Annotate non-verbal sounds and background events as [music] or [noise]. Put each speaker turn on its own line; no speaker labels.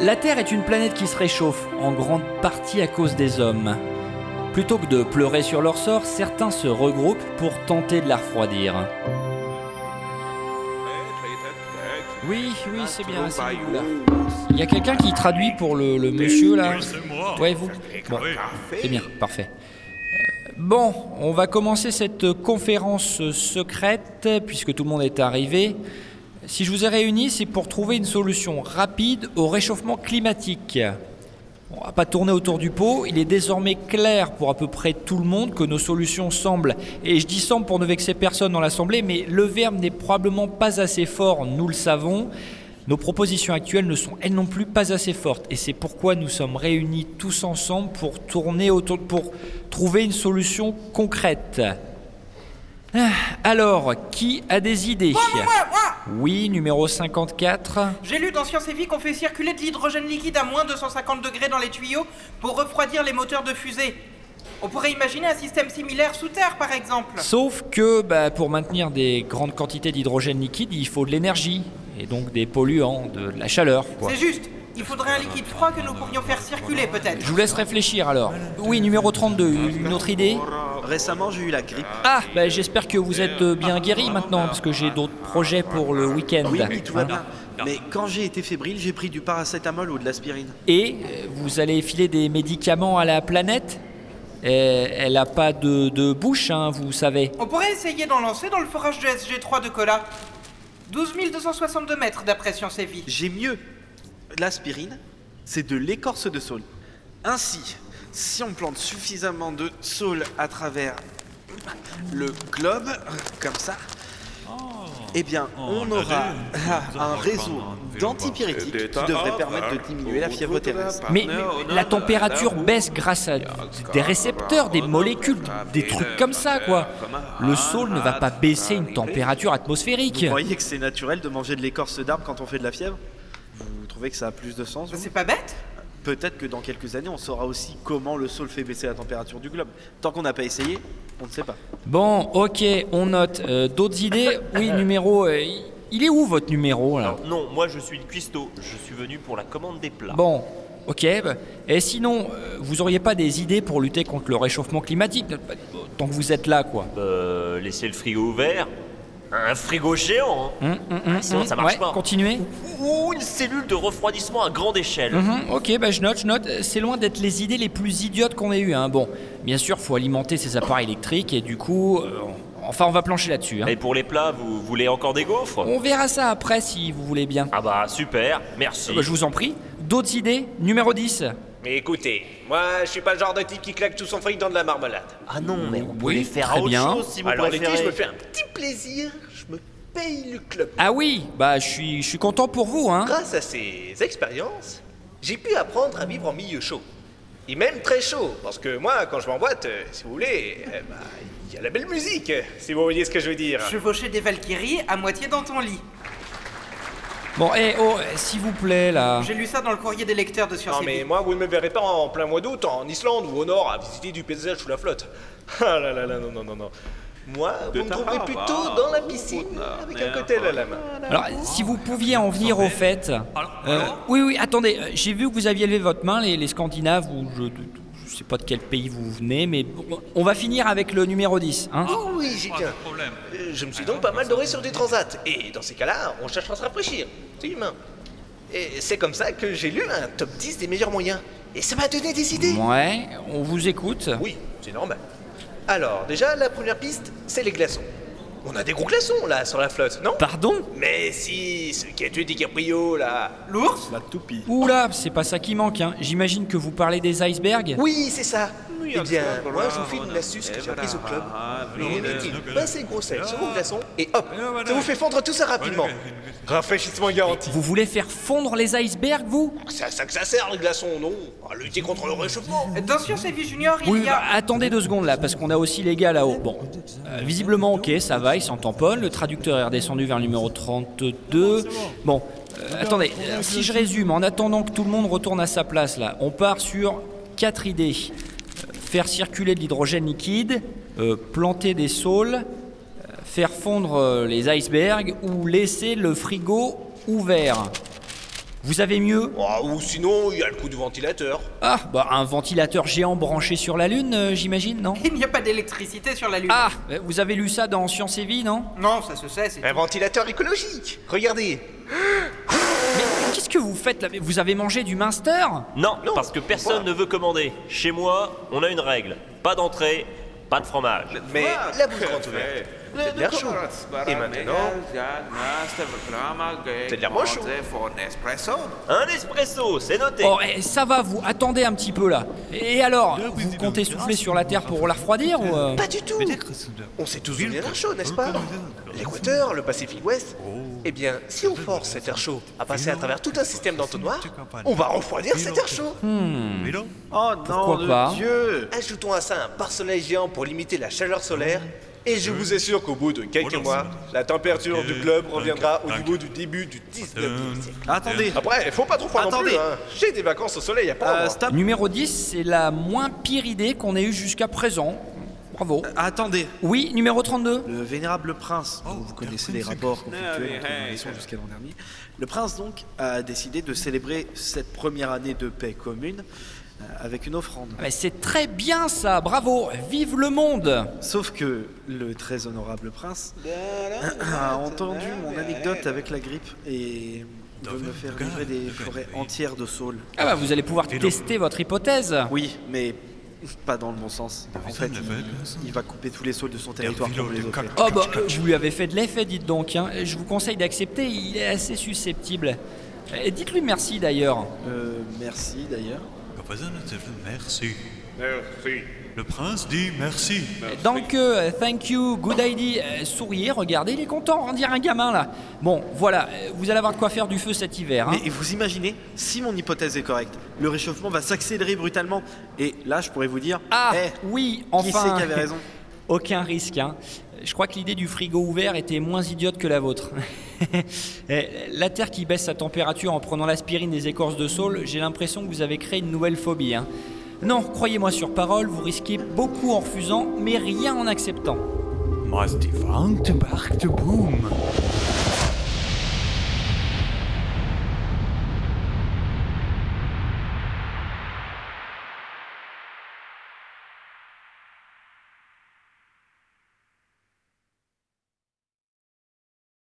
La Terre est une planète qui se réchauffe, en grande partie à cause des hommes. Plutôt que de pleurer sur leur sort, certains se regroupent pour tenter de la refroidir. Oui, oui, c'est bien. c'est vous, là. Il y a quelqu'un qui traduit pour le, le monsieur là Ouais, vous Bon, c'est bien, parfait. Euh, Bon, on va commencer cette conférence secrète puisque tout le monde est arrivé. Si je vous ai réunis, c'est pour trouver une solution rapide au réchauffement climatique. On va pas tourner autour du pot, il est désormais clair pour à peu près tout le monde que nos solutions semblent, et je dis semble pour ne vexer personne dans l'Assemblée, mais le verbe n'est probablement pas assez fort, nous le savons. Nos propositions actuelles ne sont elles non plus pas assez fortes, et c'est pourquoi nous sommes réunis tous ensemble pour tourner autour, pour trouver une solution concrète. Ah, Alors, qui a des idées Oui, numéro 54.
J'ai lu dans Science et Vie qu'on fait circuler de l'hydrogène liquide à moins 250 degrés dans les tuyaux pour refroidir les moteurs de fusée. On pourrait imaginer un système similaire sous terre, par exemple.
Sauf que bah, pour maintenir des grandes quantités d'hydrogène liquide, il faut de l'énergie et donc des polluants, de, de la chaleur. quoi.
C'est juste, il faudrait un liquide froid que nous pourrions faire circuler, peut-être.
Je vous laisse réfléchir alors. Oui, numéro 32, une autre idée
Ah. Récemment, j'ai eu la grippe.
Ah, bah, j'espère que vous êtes euh, bien guéri maintenant, parce que j'ai d'autres projets pour le week-end.
Ah Oui, oui, tout va
Hein.
bien. Mais quand j'ai été fébrile, j'ai pris du paracétamol ou de l'aspirine.
Et euh, vous allez filer des médicaments à la planète Euh, Elle n'a pas de, de bouche, hein, vous savez.
On pourrait essayer d'en lancer dans le forage de SG3 de Cola. 12 262 mètres, d'après Science et Vie.
J'ai mieux. L'aspirine, c'est de l'écorce de saule. Ainsi, si on plante suffisamment de saule à travers le globe, comme ça, eh bien, on [laughs] aura un réseau d'antipyrétiques qui devrait permettre hein, de diminuer la fièvre terrestre.
Mais, mais la température baisse grâce à des récepteurs, des molécules, des trucs comme ça, quoi. Le sol ne va pas baisser une température atmosphérique.
Vous voyez que c'est naturel de manger de l'écorce d'arbre quand on fait de la fièvre Vous trouvez que ça a plus de sens vous
C'est pas bête
Peut-être que dans quelques années, on saura aussi comment le sol fait baisser la température du globe. Tant qu'on n'a pas essayé, on ne sait pas.
Bon, ok, on note. Euh, D'autres idées Oui, numéro. euh, il est où votre numéro là
Alors, non, moi je suis le cuistot, je suis venu pour la commande des plats.
Bon, ok. bah, Et sinon, euh, vous auriez pas des idées pour lutter contre le réchauffement climatique bah, Tant que vous êtes là, quoi.
Euh, laisser le frigo ouvert Un frigo géant hein.
Hum, hum, hum,
Sinon,
hum,
ça marche
ouais,
pas.
Continuez.
Ou une cellule de refroidissement à grande échelle.
Mhm, ok, bah, je note, je note. C'est loin d'être les idées les plus idiotes qu'on ait eues. Hein. Bon, bien sûr, faut alimenter ces appareils électriques et du coup, euh, enfin, on va plancher là-dessus. hein.
Et pour les plats, vous voulez encore des gaufres
On verra ça après si vous voulez bien.
Ah bah super, merci.
Euh, bah, je vous en prie. D'autres idées Numéro 10.
Mais écoutez, moi je suis pas le genre de type qui claque tout son fric dans de la marmelade.
Ah non, mais on peut
Oui,
les faire
très
à autre
bien.
chose si vous
Alors l'été,
préférez.
je me fais un petit plaisir, je me paye le club.
Ah oui, bah je suis, je suis content pour vous,
Ah.
hein.
Grâce à ces expériences, j'ai pu apprendre à vivre en milieu chaud. Et même très chaud, parce que moi, quand je m'emboîte, euh, si vous voulez, euh, bah, il y a la belle musique, euh, si vous voyez ce que je veux dire.
Chevaucher des Valkyries à moitié dans ton lit.
Bon, eh oh, eh, s'il vous plaît là.
J'ai lu ça dans le courrier des lecteurs de Science
Non
et
mais
Vie.
moi, vous ne me verrez pas en plein mois d'août en Islande ou au nord à visiter du paysage sous la flotte. [laughs] Ah là là là, non non non non. Moi, vous me trouverez plutôt dans la piscine avec un cocktail à la main.
Alors, si vous pouviez en venir au fait. Euh, oui, oui, attendez, euh, j'ai vu que vous aviez levé votre main, les, les Scandinaves, ou je, je sais pas de quel pays vous venez, mais bon, on va finir avec le numéro 10, hein.
Oh oui, j'ai bien. Euh, Je me suis donc pas mal doré sur du transat. Et dans ces cas-là, on cherche à se rafraîchir. C'est humain. Et c'est comme ça que j'ai lu un top 10 des meilleurs moyens. Et ça m'a donné des idées.
Ouais, on vous écoute.
Oui, c'est normal. Alors, déjà, la première piste, c'est les glaçons. On a des gros glaçons, là, sur la flotte, non
Pardon
Mais si, ce qui a tué DiCaprio, là.
L'ours
La toupie.
Oula, c'est pas ça qui manque, hein. J'imagine que vous parlez des icebergs
Oui, c'est ça. Eh bien, moi, je vous file une astuce que j'ai apprise au club. On est-il passez gros sel sur vos glaçons et hop, ça vous fait fondre tout ça rapidement. Rafraîchissement garanti.
Vous voulez faire fondre les icebergs, vous
C'est à ça que ça sert, les glaçons, non À lutter contre le réchauffement.
Dans Science et Vie Junior, il
Oui,
y a...
bah, attendez deux secondes là, parce qu'on a aussi les gars là-haut. Bon, euh, visiblement, ok, ça va, ils s'en tamponnent. Le traducteur est redescendu vers le numéro 32. Bon, euh, attendez, euh, si je résume, en attendant que tout le monde retourne à sa place là, on part sur quatre idées Euh, faire circuler de l'hydrogène liquide, euh, planter des saules, euh, faire fondre euh, les icebergs ou laisser le frigo ouvert. Vous avez mieux
Oh, ou sinon, il y a le coup du ventilateur.
Ah, bah un ventilateur géant branché sur la Lune, euh, j'imagine, non
[laughs] Il n'y a pas d'électricité sur la Lune.
Ah, euh, vous avez lu ça dans Science et Vie, non
Non, ça se sait, c'est.
Un ventilateur écologique Regardez
Mais qu'est-ce que vous faites là Mais Vous avez mangé du Minster
Non, parce que personne ne veut commander. Chez moi, on a une règle. Pas d'entrée, pas de fromage.
Mais la bouche grande ouverte. C'est de l'air chaud. Et maintenant, C'est de hein. l'air moins chaud.
Un espresso, c'est noté.
Oh, eh, ça va, vous attendez un petit peu là. Et alors, vous comptez souffler sur la Terre pour la refroidir ou euh
Pas du tout On sait tous où il y a l'air chaud, n'est-ce pas L'équateur, le Pacifique Ouest. Eh bien, si on force cet air chaud à passer à travers tout un système d'entonnoir, on va refroidir cet air chaud.
Oh
Pourquoi
non, de
pas
Dieu
Ajoutons à ça un parcellage géant pour limiter la chaleur solaire. Et je vous assure qu'au bout de quelques mois, la température du club reviendra au niveau du début du 19e siècle.
Attendez euh,
Après, faut pas trop froid non plus,
Attendez.
hein. J'ai des vacances au soleil à pas en
Euh,
avoir.
Stop
Numéro 10, c'est la moins pire idée qu'on ait eue jusqu'à présent. Bravo.
Attendez
Oui, numéro 32.
Le vénérable prince, dont vous connaissez les rapports conflictuels entre les nations jusqu'à l'an dernier, le prince donc a décidé de célébrer cette première année de paix commune euh, avec une offrande.
Ah, Mais c'est très bien ça, bravo. Vive le monde
Sauf que le très honorable prince a entendu mon anecdote avec la grippe et veut me faire livrer des forêts entières de saules.
Ah bah vous allez pouvoir tester votre hypothèse.
Oui, mais pas dans le bon sens. En fait, il, il va couper tous les saules de son territoire pour les offrir.
Oh bah euh, je lui avais fait de l'effet, dites donc. hein. Je vous conseille d'accepter, il est assez susceptible. Et dites-lui merci d'ailleurs.
Euh, merci d'ailleurs.
Merci. Le prince dit merci.
Donc, euh, thank you, good idea, euh, souriez, regardez, il est content, on dirait un gamin là. Bon, voilà, euh, vous allez avoir de quoi faire du feu cet hiver. hein.
Mais vous imaginez, si mon hypothèse est correcte, le réchauffement va s'accélérer brutalement. Et là, je pourrais vous dire,
Ah
eh,
oui,
qui
enfin.
c'est qui avait raison
[laughs] Aucun risque. hein. Je crois que l'idée du frigo ouvert était moins idiote que la vôtre. [laughs] Eh, la Terre qui baisse sa température en prenant l'aspirine des écorces de saule, j'ai l'impression que vous avez créé une nouvelle phobie. hein. Non, croyez-moi sur parole, vous risquez beaucoup en refusant, mais rien en acceptant.
Mas die Wand macht Boom.